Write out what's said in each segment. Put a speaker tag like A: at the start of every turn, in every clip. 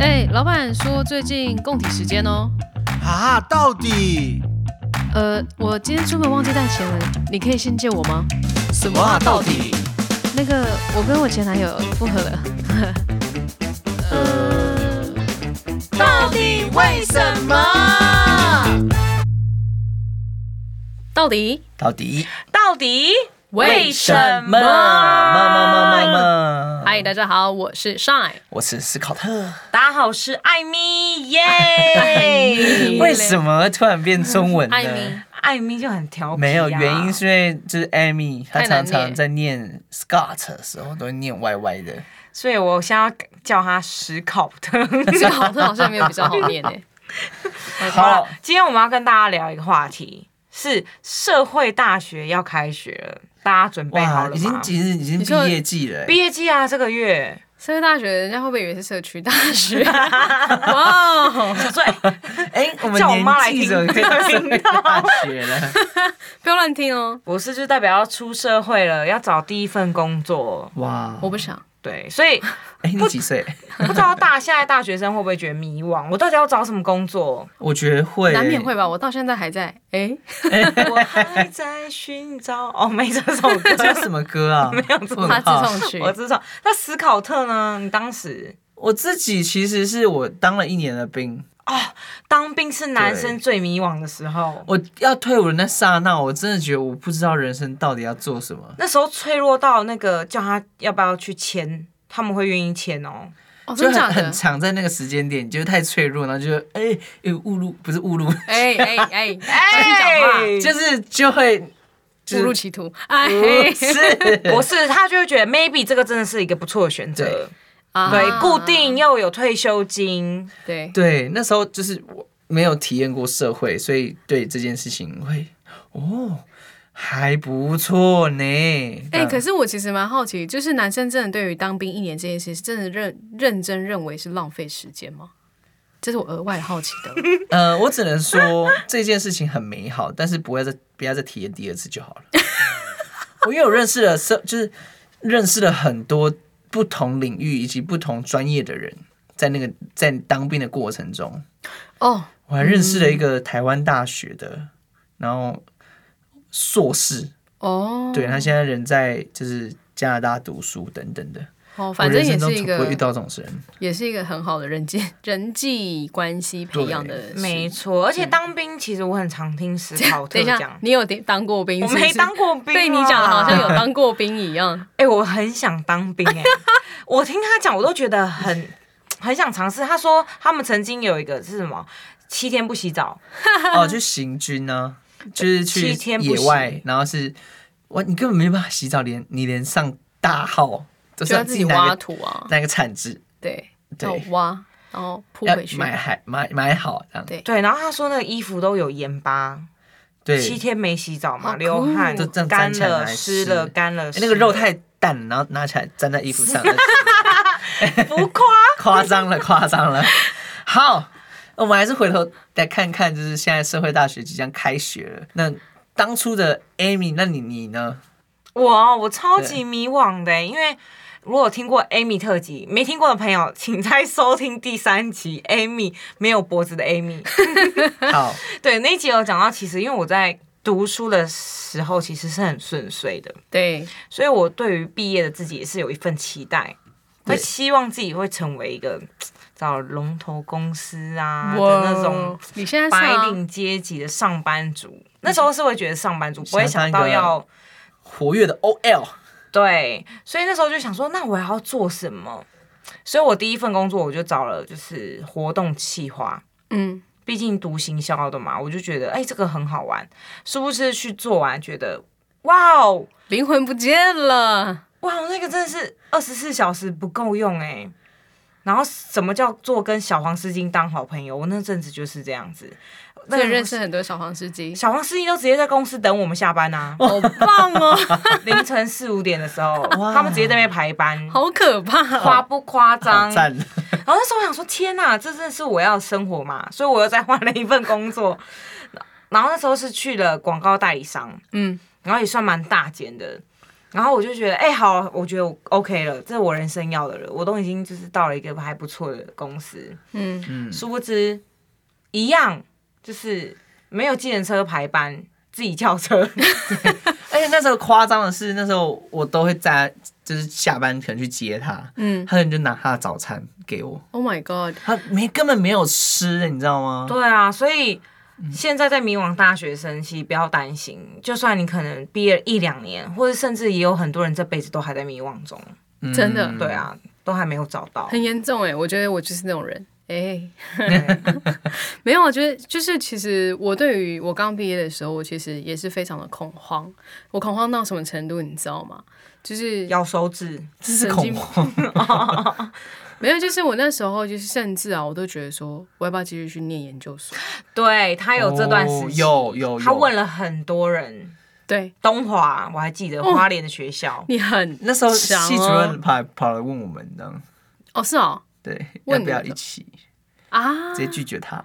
A: 哎、老板说最近供体时间哦。
B: 啊，到底
A: 呃，我今天出门忘记带钱了，你可以先借我吗？
B: 什么啊？到底？
A: 那个，我跟我前男友复合了。呃，
B: 到底为什么？
A: 到底
C: 到底
D: 到底
C: 么么么么么？
A: 嗨，大家好，我是 Shine。
C: 我是斯考特。
D: 大家好，我是艾 米耶。
C: 为什么突然变 中文呢？
A: 艾米
D: 艾米就很调皮、啊，
C: 没有原因，是因为就是 Amy，她
A: 太难
C: 常
A: 念
C: 常在念 Scott 的时候都会念歪歪的。
D: 所以我现在要叫他史考特。
A: 这个好像好像没有比较好念诶。
D: 好
C: 好
D: 了，今天我们要跟大家聊一个话题，是社会大学要开学了，大家准备好
C: 哎
D: 了吗？
C: 已经其实已经
A: 你说
C: 毕业季了欸。
D: 毕业季啊，这个月。
A: 社会大学，人家会不会以为是社区大学？哇哦，
D: 所以
C: 哎，我们
D: 叫我
C: 年
D: 妈来
C: 纪
D: 听
C: 怎么可以到上大学了？
A: 不要乱听哦。
D: 我是就代表要出社会了，要找第一份工作。
C: 哇，
A: 我不想，
D: 对，所以
C: 哎，你几岁？
D: 不知道大现在大学生会不会觉得迷惘？我到底要找什么工作？
C: 我觉得会，
A: 难免会吧？我到现在还在。哎、
D: 我还在寻找哦，没这首
C: 这
D: 歌
C: 是，什么歌啊？没有，
A: 他自创曲
D: 我知道。那史考特呢？你当时
C: 我自己其实是我当了一年的兵，
D: 当兵是男生最迷惘的时候，
C: 我要退伍的那刹那，我真的觉得我不知道人生到底要做什么。
D: 那时候脆弱到那个叫他要不要去签，他们会愿意签哦。
A: 哦，
C: 就
A: 真的假
C: 很很
A: 的？
C: 长，在那个时间点，你就是太脆弱，然后就哎哎、误入不是误入，
A: 哎哎哎，哎，讲话。
C: 就是就会就
A: 误入
C: 是
A: 歧途。哎，
C: 不是
D: 不是，他就会觉得 maybe 这个真的是一个不错的选择，
A: 啊
D: 对，固定又有退休金，
A: 对，
C: 对啊那时候就是我没有体验过社会，所以对这件事情会哦还不错呢。
A: 哎、可
C: 是
A: 是我其实蛮好奇，就是男生真的对于当兵一年这件事，真的认认真认为是浪费时间吗？这是我额外好奇的。
C: 呃，我只能说这件事情很美好，但是不要再不要再体验第二次就好了。 我因为我认识了社，就是认识了很多不同领域以及不同专业的人，在那个在当兵的过程中。
A: 哦，
C: 我还认识了一个
A: 嗯
C: 台湾大学的，然后硕士，
A: 哦，
C: 对他现在人在就是加拿大读书等等的。
A: 哦，反正也是
C: 我人
A: 一
C: 生中从不会遇
A: 个，
C: 到这种 人，
A: 也是一个很好的人际人际关系培养的事。
D: 没错。而且当兵其实我很常听史考特
A: 等一下
D: 讲，，
A: 你有当过兵
D: 我
A: 是不是
D: 没当过兵啊，
A: 被你讲的好像有当过兵一样。
D: 哎、我很想当兵哎、我听他讲，我都觉得很很想尝试。他说他们曾经有一个是什么？七天不洗澡，
C: 哦，去行军呢、就是去
D: 七天不
C: 野外
D: 洗，
C: 然后是哇，你根本没办法洗澡，连你连上大号都是
A: 就要自己挖
C: 拿个
A: 土啊，
C: 拿个铲子，
A: 对，
C: 对
A: 要挖，然后铺
C: 要
A: 回去。
C: 买海买买好这样，
A: 对
D: 对，然后他说那个衣服都有盐巴，
C: 对，
D: 七天没洗澡
A: 好
D: 嘛，
A: 酷
D: 流汗
C: 就这样站
D: 干
C: 起来
D: 了、
C: 来
D: 湿
C: 吃
D: 了、干了，
C: 哎那个肉
D: 湿
C: 太淡，然后拿起来粘在衣服 上，
D: 了浮 夸。
C: 夸张了，夸张了。好，我们还是回头来看看，就是现在社会大学即将开学了。那当初的 Amy，那你你 呢？
D: 我我超级迷惘的欸、因为如果有听过 Amy 特辑，没听过的朋友，请再收听第三集 Amy 没有脖子的 Amy。
C: 好，
D: 对，那一集有讲到，其实因为我在读书的时候其实是很顺遂的，
A: 对，
D: 所以我对于毕业的自己也是有一份期待，
C: 对
D: 会希望自己会成为一个找龙头公司啊
A: 哇
D: 的那种
A: 你现在是
D: 白
A: 啊
D: 领阶级的上班族。那时候是会觉得上班族不会想到
C: 想当一个
D: 要
C: 活跃的 OL，
D: 对，所以那时候就想说，那我要做什么？所以我第一份工作我就找了就是活动企划，
A: 嗯，
D: 毕竟读行销的嘛，我就觉得哎、这个很好玩。殊不知去做完，觉得哇哦，
A: 灵魂不见了，
D: 哇哦，那个真的是二十四小时不够用哎、然后什么叫做跟小黄丝巾当好朋友？我那阵子就是这样子，那
A: 所
D: 个
A: 以认识很多小黄司机，，
D: 小 黄丝巾都直接在公司等我们下班啊
A: 好棒哦，
D: 凌晨四五点的时候，
C: 哇
D: 他们直接在那边排班。
A: 好可怕哦，
D: 夸不夸
C: 好
D: 张？
C: 赞！
D: 然后那时候我想说，天呐，这真的是我要的生活嘛？所以我又再换了一份工作。 然后那时候是去了广告代理商，
A: 嗯，
D: 然后也算蛮大间的。然后我就觉得，哎、好，我觉得我 OK 了，这是我人生要的了，我都已经就是到了一个还不错的公司，
A: 嗯
C: 嗯，
D: 殊不知一样就是没有计程车排班，自己叫车，
C: 而且那时候夸张的是，那时候我都会在就是下班可能去接他，
A: 嗯
C: 他可能就拿他的早餐给我，
A: ，Oh my God，
C: 他没根本没有吃，你知道吗？
D: 对啊，所以现在在迷惘大学生，其实不要担心，就算你可能毕业一两年，或者甚至也有很多人这辈子都还在迷惘中，
C: 嗯
A: 真的
D: 对，啊，都还没有找到。
A: 很严重哎、我觉得我就是那种人哎、 没有，我觉得就是其实我对于我刚毕业的时候，我其实也是非常的恐慌，我恐慌到什么程度，你知道吗？就是
D: 要收治，
C: 这是
A: 神
C: 恐
A: 经哦
C: 慌，
A: 没有，就是我那时候就是甚至啊，我都觉得说我要不要继续去念研究所？
D: 对他有这段时
C: 哦
D: 期，
C: 有有有，
D: 他问了很多人，
A: 对
D: 东华我还记得
A: 哦
D: 花莲的学校，
A: 你很
C: 那时候
A: 想啊
C: 系主任跑跑来问我们这样，
A: 哦是哦
C: 对，
A: 问
C: 要
A: 你
C: 不要
A: 的
C: 一起？
A: 啊
C: 直接拒绝他，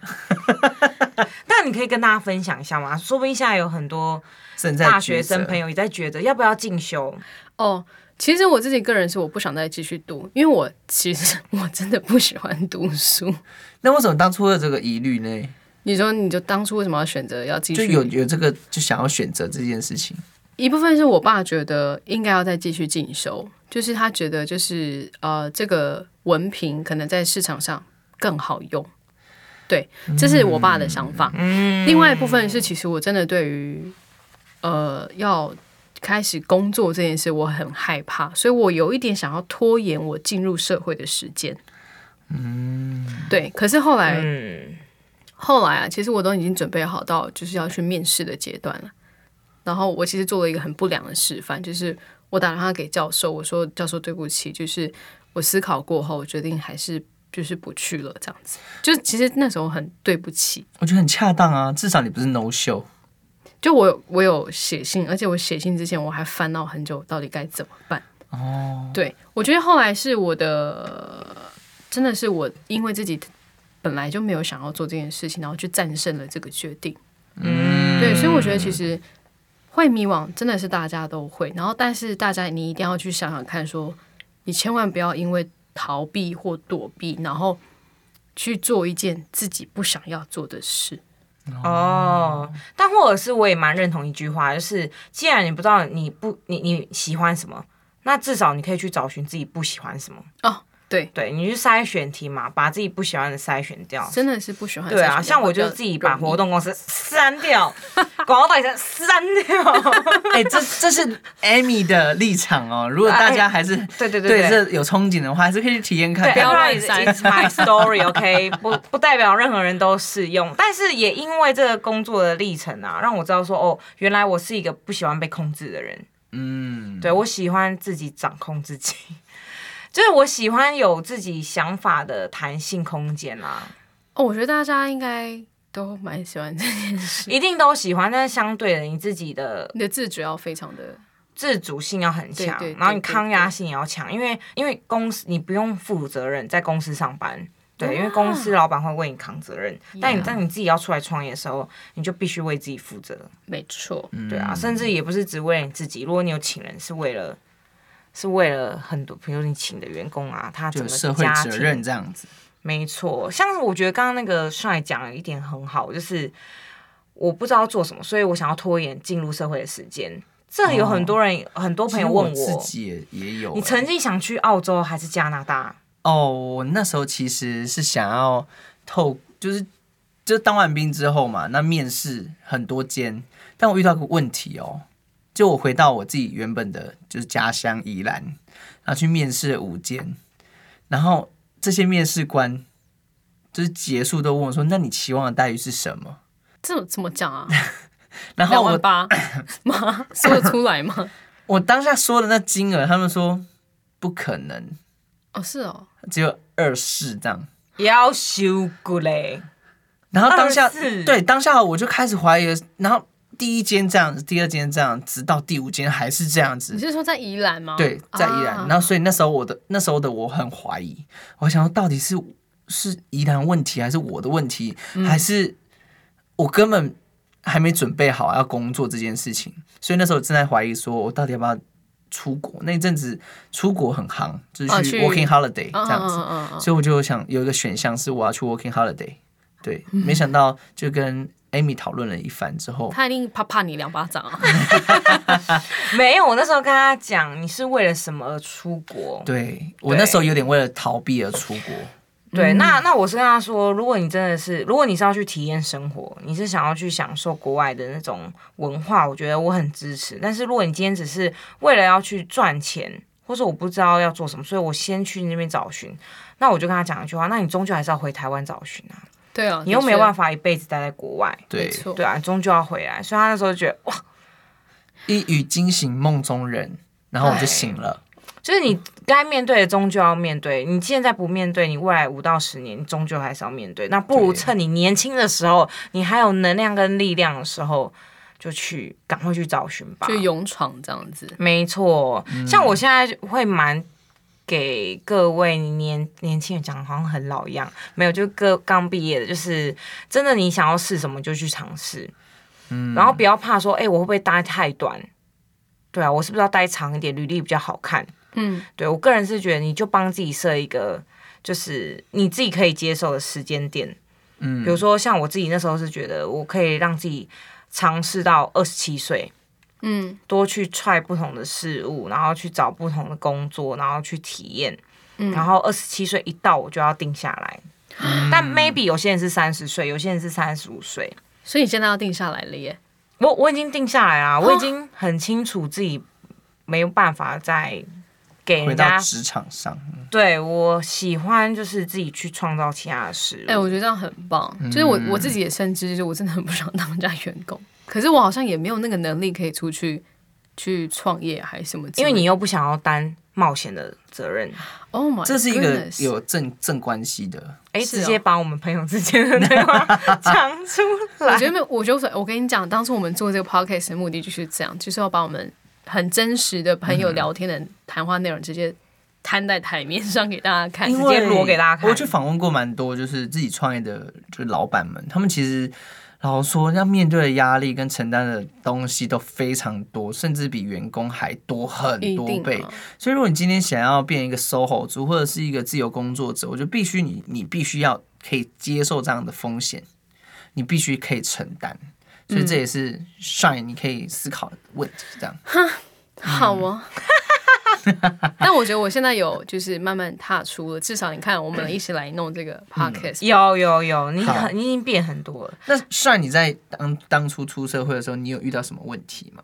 D: 但你可以跟大家分享一下吗？说不定现在有很多
C: 正在
D: 大学
C: 抉
D: 生
C: 择
D: 朋友也在觉得要不要进修，
A: 哦，其实我自己个人是我不想再继续读，因为我其实 我真的不喜欢读书。
C: 那为什么当初会有这个疑虑呢？
A: 你说你就当初为什么要选择要继
C: 就
A: 续？
C: 有有这个就想要选择这件事情，
A: 一部分是我爸觉得应该要再继续进修，就是他觉得就是呃，这个文凭可能在市场上更好用。对，这是我爸的想法。另外一部分是，其实我真的对于呃要开始工作这件事，我很害怕，所以我有一点想要拖延我进入社会的时间。嗯，对。可是后来，
D: 嗯，
A: 后来啊，其实我都已经准备好到就是要去面试的阶段了。然后我其实做了一个很不良的示范，就是我打电话给教授，我说：“教授，对不起，就是我思考过后，我决定还是就是不去了，这样子。”就是其实那时候很对不起，
C: 我觉得很恰当啊，至少你不是 no show。
A: 就我有我有写信，而且我写信之前我还烦恼很久，到底该怎么办。哦，对，我觉得后来是我的，真的是我因为自己本来就没有想要做这件事情，然后去战胜了这个决定。嗯，对，所以我觉得其实会迷惘真的是大家都会，然后但是大家你一定要去想想看说你千万不要因为逃避或躲避，然后去做一件自己不想要做的事。
D: 哦，但或者是我也蛮认同一句话，就是既然你不知道你不你你喜欢什么，那至少你可以去找寻自己不喜欢什么。
A: 哦，对，
D: 对，你去筛选题嘛，把自己不喜欢的筛选 掉。
A: 真的是不喜欢。
D: 对啊，像我就是自己把活动公司删掉， 广告代理商删 掉。
C: 哎、这这是 Amy 的立场哦。如果大家还是、
D: 啊哎对对对
C: 对
D: 对
C: 这有憧憬的话，还是可以去体验看
D: 对
A: 不要
C: 看。
A: 乱
D: ，Everyone is
A: 删
D: is my story，OK，、不不代表任何人都适用，但是也因为这个工作的历程啊，让我知道说，哦，原来我是一个不喜欢被控制的人，
C: 嗯，
D: 对我喜欢自己掌控自己， 就是我喜欢有自己想法的弹性空间啊啦、
A: 哦，我觉得大家应该都蛮喜欢这件事，
D: 一定都喜欢，但是相对的，你自己的
A: 你的自主要非常的
D: 自主性要很强
A: 对对，对
D: 然后你抗压性也要强，因为因为公司你不用负责任，在公司上班，
A: 啊
D: 对，因为公司老板会为你扛责任，但你当你自己要出来创业的时候，你就必须为自己负责，
A: 没错。
C: 嗯
D: 对啊，甚至也不是只为了你自己，如果你有请人，是为了是为了很多，比如你请的员工啊，他
C: 就
D: 整
C: 有
D: 个
C: 社会
D: 家
C: 责
D: 庭
C: 任这样子。
D: 没错，像是我觉得刚刚那个帅讲了一点很好，就是我不知道做什么，所以我想要拖延进入社会的时间。这有很多人，很多朋友问
C: 其实
D: 我
C: 自，己也也有、啊
D: 你曾经想去澳洲还是加拿大？
C: 哦，我那时候其实是想要透，就是就当完兵之后嘛，那面试很多间，但我遇到个问题哦，就我回到我自己原本的就是家乡宜兰，然后去面试了五间，然后这些面试官就是结束都问我说：“那你期望的待遇是什么
A: 这种怎么讲啊？？”
C: 然后
A: 两
C: 我
A: 万八吗？ 说得出来吗？
C: 我当下说的那金额，他们说不可能，
A: 哦，是哦，
C: 只有二四这样。
D: 要修骨嘞，
C: 然后当下
D: 24
C: 对当下我就开始怀疑了，然后第一间这样子，第二间这样，直到第五间还是这样
A: 你
C: 子。
A: 是说在宜兰吗？
C: 嗯对，在宜兰，
A: 啊
C: 然后所以那时候我的那时候的我很怀疑，我想说到底是是宜兰问题，还是我的问题，
A: 嗯
C: 还是我根本还没准备好要工作这件事情，所以那时候正在怀疑说我到底要不要出国，那一阵子出国很夯，就
A: 哦
C: 是
A: 去
C: 去 working holiday
A: 嗯
C: 这样子，
A: 嗯嗯嗯
C: 所以我就想有一个选项是我要去 working holiday，对，没想到就跟 Amy 讨论了一番之后
A: 嗯嗯，，他一定啪啪你两巴掌啊！
D: 没有，我那时候跟他讲，你是为了什么而出国？
C: 对我
D: 对
C: 那时候有点为了逃避而出国，
D: 对，那那我是跟他说，如果你真的是，如果你是要去体验生活，你是想要去享受国外的那种文化，我觉得我很支持。但是如果你今天只是为了要去赚钱，或者我不知道要做什么，所以我先去那边找寻，那我就跟他讲一句话，那你终究还是要回台湾找寻啊，
A: 对啊，
D: 你又没有办
A: 法，
D: 法一辈子待在国外，
A: 没
C: 对，
A: 错，
D: 对啊，终究要回来。所以他那时候就觉得，哇，
C: 一语惊醒梦中人，然后我就醒了，
D: 就是你该面对的终究要面对，你现在不面对，你未来五到十年，你终究还是要面对。那不如
C: 对
D: 趁你年轻的时候，你还有能量跟力量的时候，就去赶快去找寻吧
A: 就。勇闯这样子。
D: 没错，
C: 嗯
D: 像我现在会蛮给各位年年轻人讲，好像很老一样，没有，就各刚毕业的，就是真的你想要试什么就去尝试，
C: 嗯，
D: 然后不要怕说，哎、我会不会待太短？对啊，我是不是要待长一点，履历比较好看？
A: 嗯，
D: 对我个人是觉得，你就帮自己设一个，就是你自己可以接受的时间点。
C: 嗯
D: 比如说，像我自己那时候是觉得，我可以让自己尝试到二十七岁，
A: 嗯
D: 多去 try 不同的事物，然后去找不同的工作，然后去体验。
A: 嗯
D: 然后二十七岁一到，我就要定下来。
C: 嗯
D: 但 maybe 有些人是三十岁，有些人是三十五岁。
A: 所以你现在要定下来了耶。
D: 我我已经定下来啦，我
A: 哦
D: 已经很清楚自己没有办法再给
A: 哎
C: 回
D: 人
C: 到
D: 家
C: 职场上，
A: Oh
D: 对我喜欢就是自己去创造其他的事物。
A: 哎、我觉得这样很棒。就是我我
C: 嗯
A: 自己也深知，就是我真的很不想当人家员工，可是我好像也没有那个能力可以出去去创业还是什么之
D: 因
A: 类
D: 为
A: 的。
D: 你又不想要担冒险的责任，
A: Oh my，
C: 这是一个
A: goodness
C: 有正正关系的，
D: 哎、
A: 是哦
D: 直接把我们朋友之间的对 话讲出
A: 我
D: 来
A: 觉。得没有，我觉得我跟你讲，当初我们做这个 podcast 的目的就是这样，就是要把我们很真实的朋
C: 嗯
A: 友聊天的谈话内容直接摊在台面上给大家看。
C: 因
D: 直接
C: 为
D: 裸给大家看
C: 我去访问过蛮多，就是自己创业的，就是老板们，他们其实老实说要面对的压力跟承担的东西都非常多，甚至比员工还多很
A: 一
C: 多
A: 定
C: 倍
A: 啊。
C: 所以如果你今天想要变一个 SOHO 族或者是一个自由工作者，我觉得必须你你必须要可以接受这样的风险，你必须可以承担。所以
A: 嗯
C: 这也是 shine 你可以思考的问题，这样。
A: 好哦。但我觉得我现在有就是慢慢踏出了，至少你看我们一起来弄这
C: 嗯
A: 个 podcast，、
D: 有有有，你
C: 好
D: 很你已经变很多了。
C: 那 shine 你在当当初出社会的时候，你有遇到什么问题吗？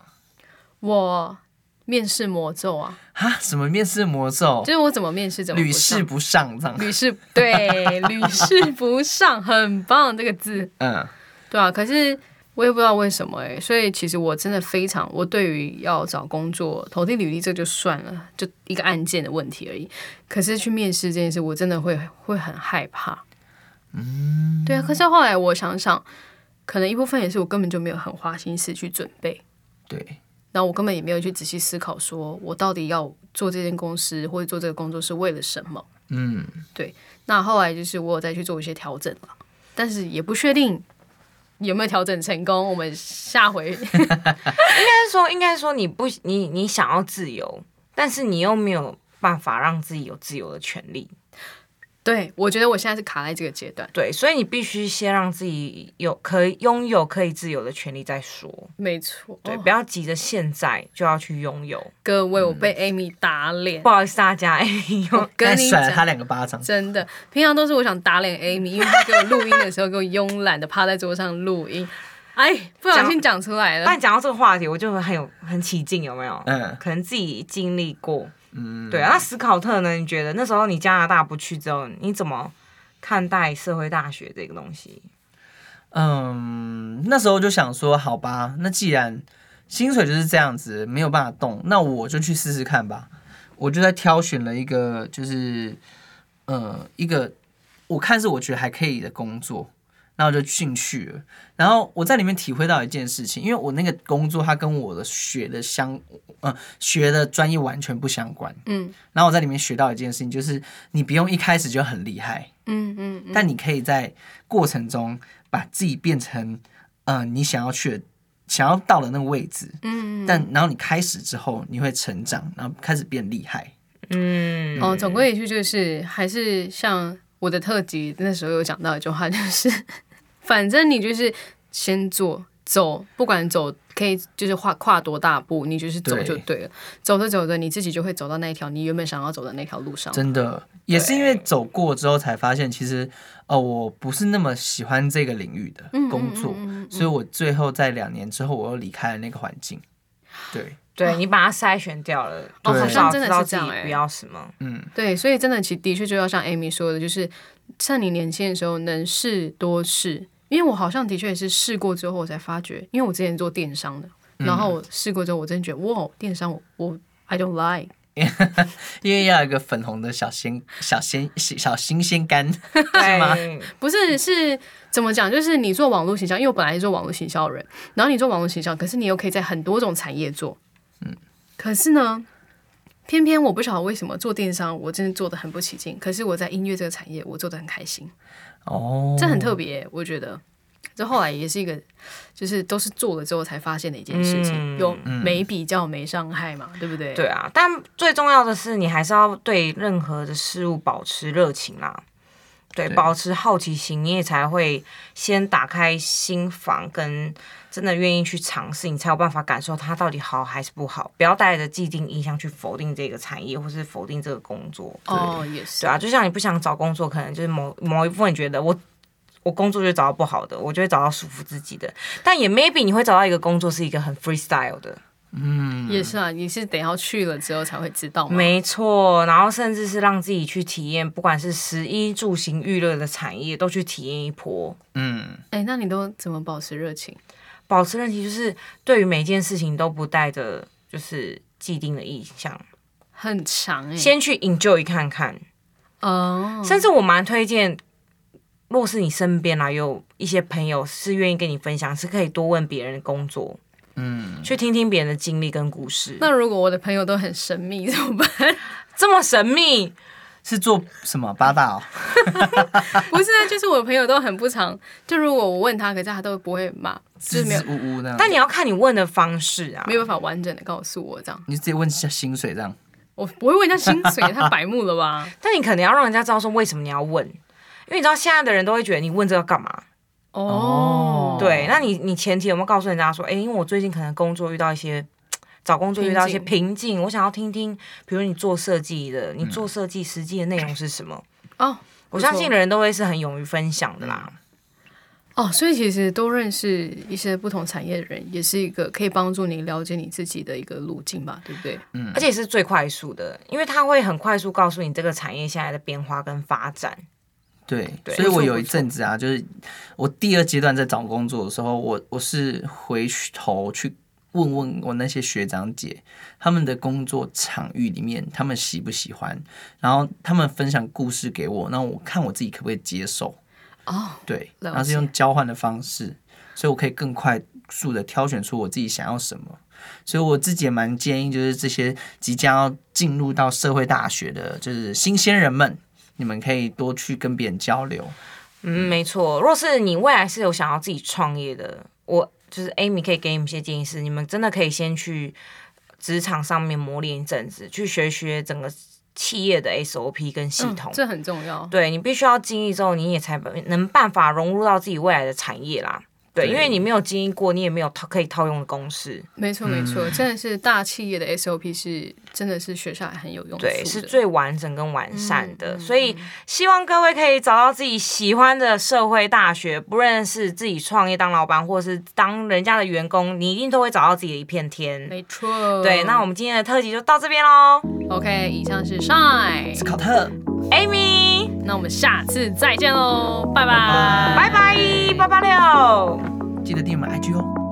A: 我面试魔咒啊，
C: 啊，什么面试魔咒
A: 就？是我怎么面试怎么
C: 屡
A: 不上
C: 试不上这样。
A: 屡试对屡试不上，很棒这个字。
C: 嗯，
A: 对啊，可是我也不知道为什么哎、所以其实我真的非常，我对于要找工作投递履历这就算了，就一个案件的问题而已。可是去面试这件事，我真的会会很害怕。嗯，对啊。可是后来我想想，可能一部分也是我根本就没有很花心思去准备，
C: 对，
A: 然后我根本也没有去仔细思考，说我到底要做这间公司或者做这个工作是为了什么。
C: 嗯，
A: 那后来就是我有再去做一些调整了，但是也不确定有没有调整成功。我们下回
D: 应该说，应该说你不你你想要自由，但是你又没有办法让自己有自由的权利。
A: 对我觉得我现在是卡在这个阶段，
D: 对，所以你必须先让自己有可以拥有可以自由的权利再说。
A: 没错。
D: 对，
A: 哦
D: 不要嗯急着现在就要去拥有。
A: 各位，我被 Amy 打脸，
D: 不好意思大家，哎、 有
A: 我跟你
C: 甩了他
A: 讲。
C: 两个巴掌。
A: 真的，平常都是我想打脸 Amy，因为她给我录音的时候给我慵懒的趴在桌上录音，哎，不小心讲出来
D: 但
A: 了。
D: 你讲到这个话题，我就很有很起劲，有没有？
C: 嗯
D: 可能自己经历过。
C: 嗯，
D: 对啊，那史考特呢？你觉得那时候你加拿大不去之后，你怎么看待社会大学这个东西？
C: 嗯，那时候就想说，好吧，那既然薪水就是这样子，没有办法动，那我就去试试看吧。我就在挑选了一个，就是呃，一个我看是我觉得还可以的工作，然后就进去了。然后我在里面体会到一件事情，因为我那个工作它跟我的学的相，呃，学的专业完全不相关。
A: 嗯
C: 然后我在里面学到一件事情，就是你不用一开始就很厉害，
A: 嗯嗯嗯，
C: 但你可以在过程中把自己变成呃你想要去的想要到的那个位置，
A: 嗯，
C: 但然后你开始之后，你会成长，然后开始变厉害。
D: 嗯，
A: 哦，总归一句就是，还是像我的特辑那时候有讲到一句话，就是反正你就是先做走，不管走可以就是跨跨多大步，你就是走就对了。走着走着，你自己就会走到那一条你原本想要走的那条路上。
C: 真的，也是因为走过之后才发现，其实哦，我不是那么喜欢这个领域的
A: 嗯
C: 工作，所以我最后在两年之后，我又离开了那个环境。对，
D: 对你把它筛选掉了，
A: 哦
C: 对
D: 至
C: 好
D: 少
A: 像真
D: 知
A: 的
D: 道
A: 是
D: 自
A: 这
D: 己
A: 样欸
D: 不要什 么。
C: 嗯，
A: 对，所以真的，其的确就要像 Amy 说的，就是趁你年轻的时候能试多试。因为我好像的确也是试过之后，我才发觉，因为我之前做电商的，然后我试过之后，我真的觉得，哇，电商我我 I don't like。
C: 因
A: 嗯
C: 为要有一个粉红的小鲜小鲜小新鲜感。
D: 对，
A: 不是，是怎么讲？就是你做网络行销，因为我本来是做网络行销的人，然后你做网络行销，可是你又可以在很多种产业做。
D: 嗯
A: 可是呢，偏偏我不晓得为什么做电商，我真的做的很不起劲。可是我在音乐这个产业，我做的很开心，
C: 哦，
A: 这很特别、我觉得。这后来也是一个，就是都是做了之后才发现的一件事情，
D: 嗯
A: 有没比较没伤害嘛，对不对？
D: 对啊，但最重要的是，你还是要对任何的事物保持热情啦。对，
C: 对
D: 保持好奇心，你也才会先打开心房，跟真的愿意去尝试，你才有办法感受它到底好还是不好。不要带着既定印象去否定这个产业，或是否定这个工作。
A: 哦，也是
D: 对啊，就像你不想找工作，可能就是某某一部分你觉得我我工作就找到不好的，我就会找到舒服自己的，但也 maybe 你会找到一个工作是一个很 freestyle 的，
A: 也是啊，你是得要去了之后才会知道嘛。
D: 嗯没错，然后甚至是让自己去体验，不管是食衣住行娱乐的产业都去体验一波。
C: 嗯，
A: 哎，那你都怎么保持热情？
D: 保持问题就是对于每件事情都不带着就是既定的印象，
A: 很长哎、
D: 先去 enjoy 看看。
A: 哦，
D: 甚至我蛮推荐，若是你身边啊有一些朋友是愿意跟你分享，是可以多问别人的工作，嗯，去听听别人的经历跟故事。
A: 那如果我的朋友都很神秘怎么办？
D: 这么神秘，
C: 是做什么八大哦？
A: 不是啊，就是我的朋友都很不常，就如果我问他，可是他都不会骂，就是
C: 支
A: 没有
C: 支吾吾那样。
D: 但你要看你问的方式啊
A: 没。有办法完整的告诉我这样。
C: 你就直接问下薪水这样。
A: 我不会问人家薪水，太白目了吧？
D: 但你可能要让人家知道说为什么你要问，因为你知道现在的人都会觉得你问这个干嘛？
A: 哦，
D: 对，那你你前提有没有告诉人家说，哎、因为我最近可能工作遇到一些。找工作遇到一些瓶颈，我想要听听，比如你做设计的，你做设计实际的内容是什么？
A: 哦，
D: 我
A: 嗯不错
D: 相信的人都会是很勇于分享的啦。
A: 哦，所以其实多认识一些不同产业的人，也是一个可以帮助你了解你自己的一个路径吧，对不对？
D: 而且是最快速的，因为它会很快速告诉你这个产业现在的变化跟发展。
C: 对，
D: 对
C: 所以
D: 不
C: 我
D: 错
C: 有
D: 不
C: 一阵子啊，就是我第二阶段在找工作的时候，我我是回去头去问问我那些学长姐，他们的工作场域里面他们喜不喜欢，然后他们分享故事给我，那我看我自己可不可以接受。
A: 哦，
C: 对，
A: 了
C: 然后是
A: 解
C: 用交换的方式，所以我可以更快速的挑选出我自己想要什么。所以我自己也蛮建议，就是这些即将要进入到社会大学的，就是新鲜人们，你们可以多去跟别人交流。
D: 嗯，没错。若是你未来是有想要自己创业的，我就是 Amy 可以给你们一些建议是，你们真的可以先去职场上面磨练一阵子，去学学整个企业的 SOP 跟系统。
A: 嗯这很重要。
D: 对你必须要经历之后，你也才能办法融入到自己未来的产业啦。对，
C: 对
D: 因为你没有经历过，你也没有套可以套用的公式，
A: 没错，没
D: 嗯
A: 错，真的是大企业的 SOP 是真的是学下来很有用处的，嗯
D: 对，是最完整跟完善的。所以希望各位可以找到自己喜欢的社会大学，不论是自己创业当老板，或是当人家的员工，你一定都会找到自己的一片天。
A: 没错。
D: 对，那我们今天的特辑就到这边喽。
A: OK，以上是 Shine，
C: 斯考特，
D: Amy，
A: 那我们下次再见喽，拜拜，
D: 拜拜，八八六。
C: 记得订阅我们 IG 哦。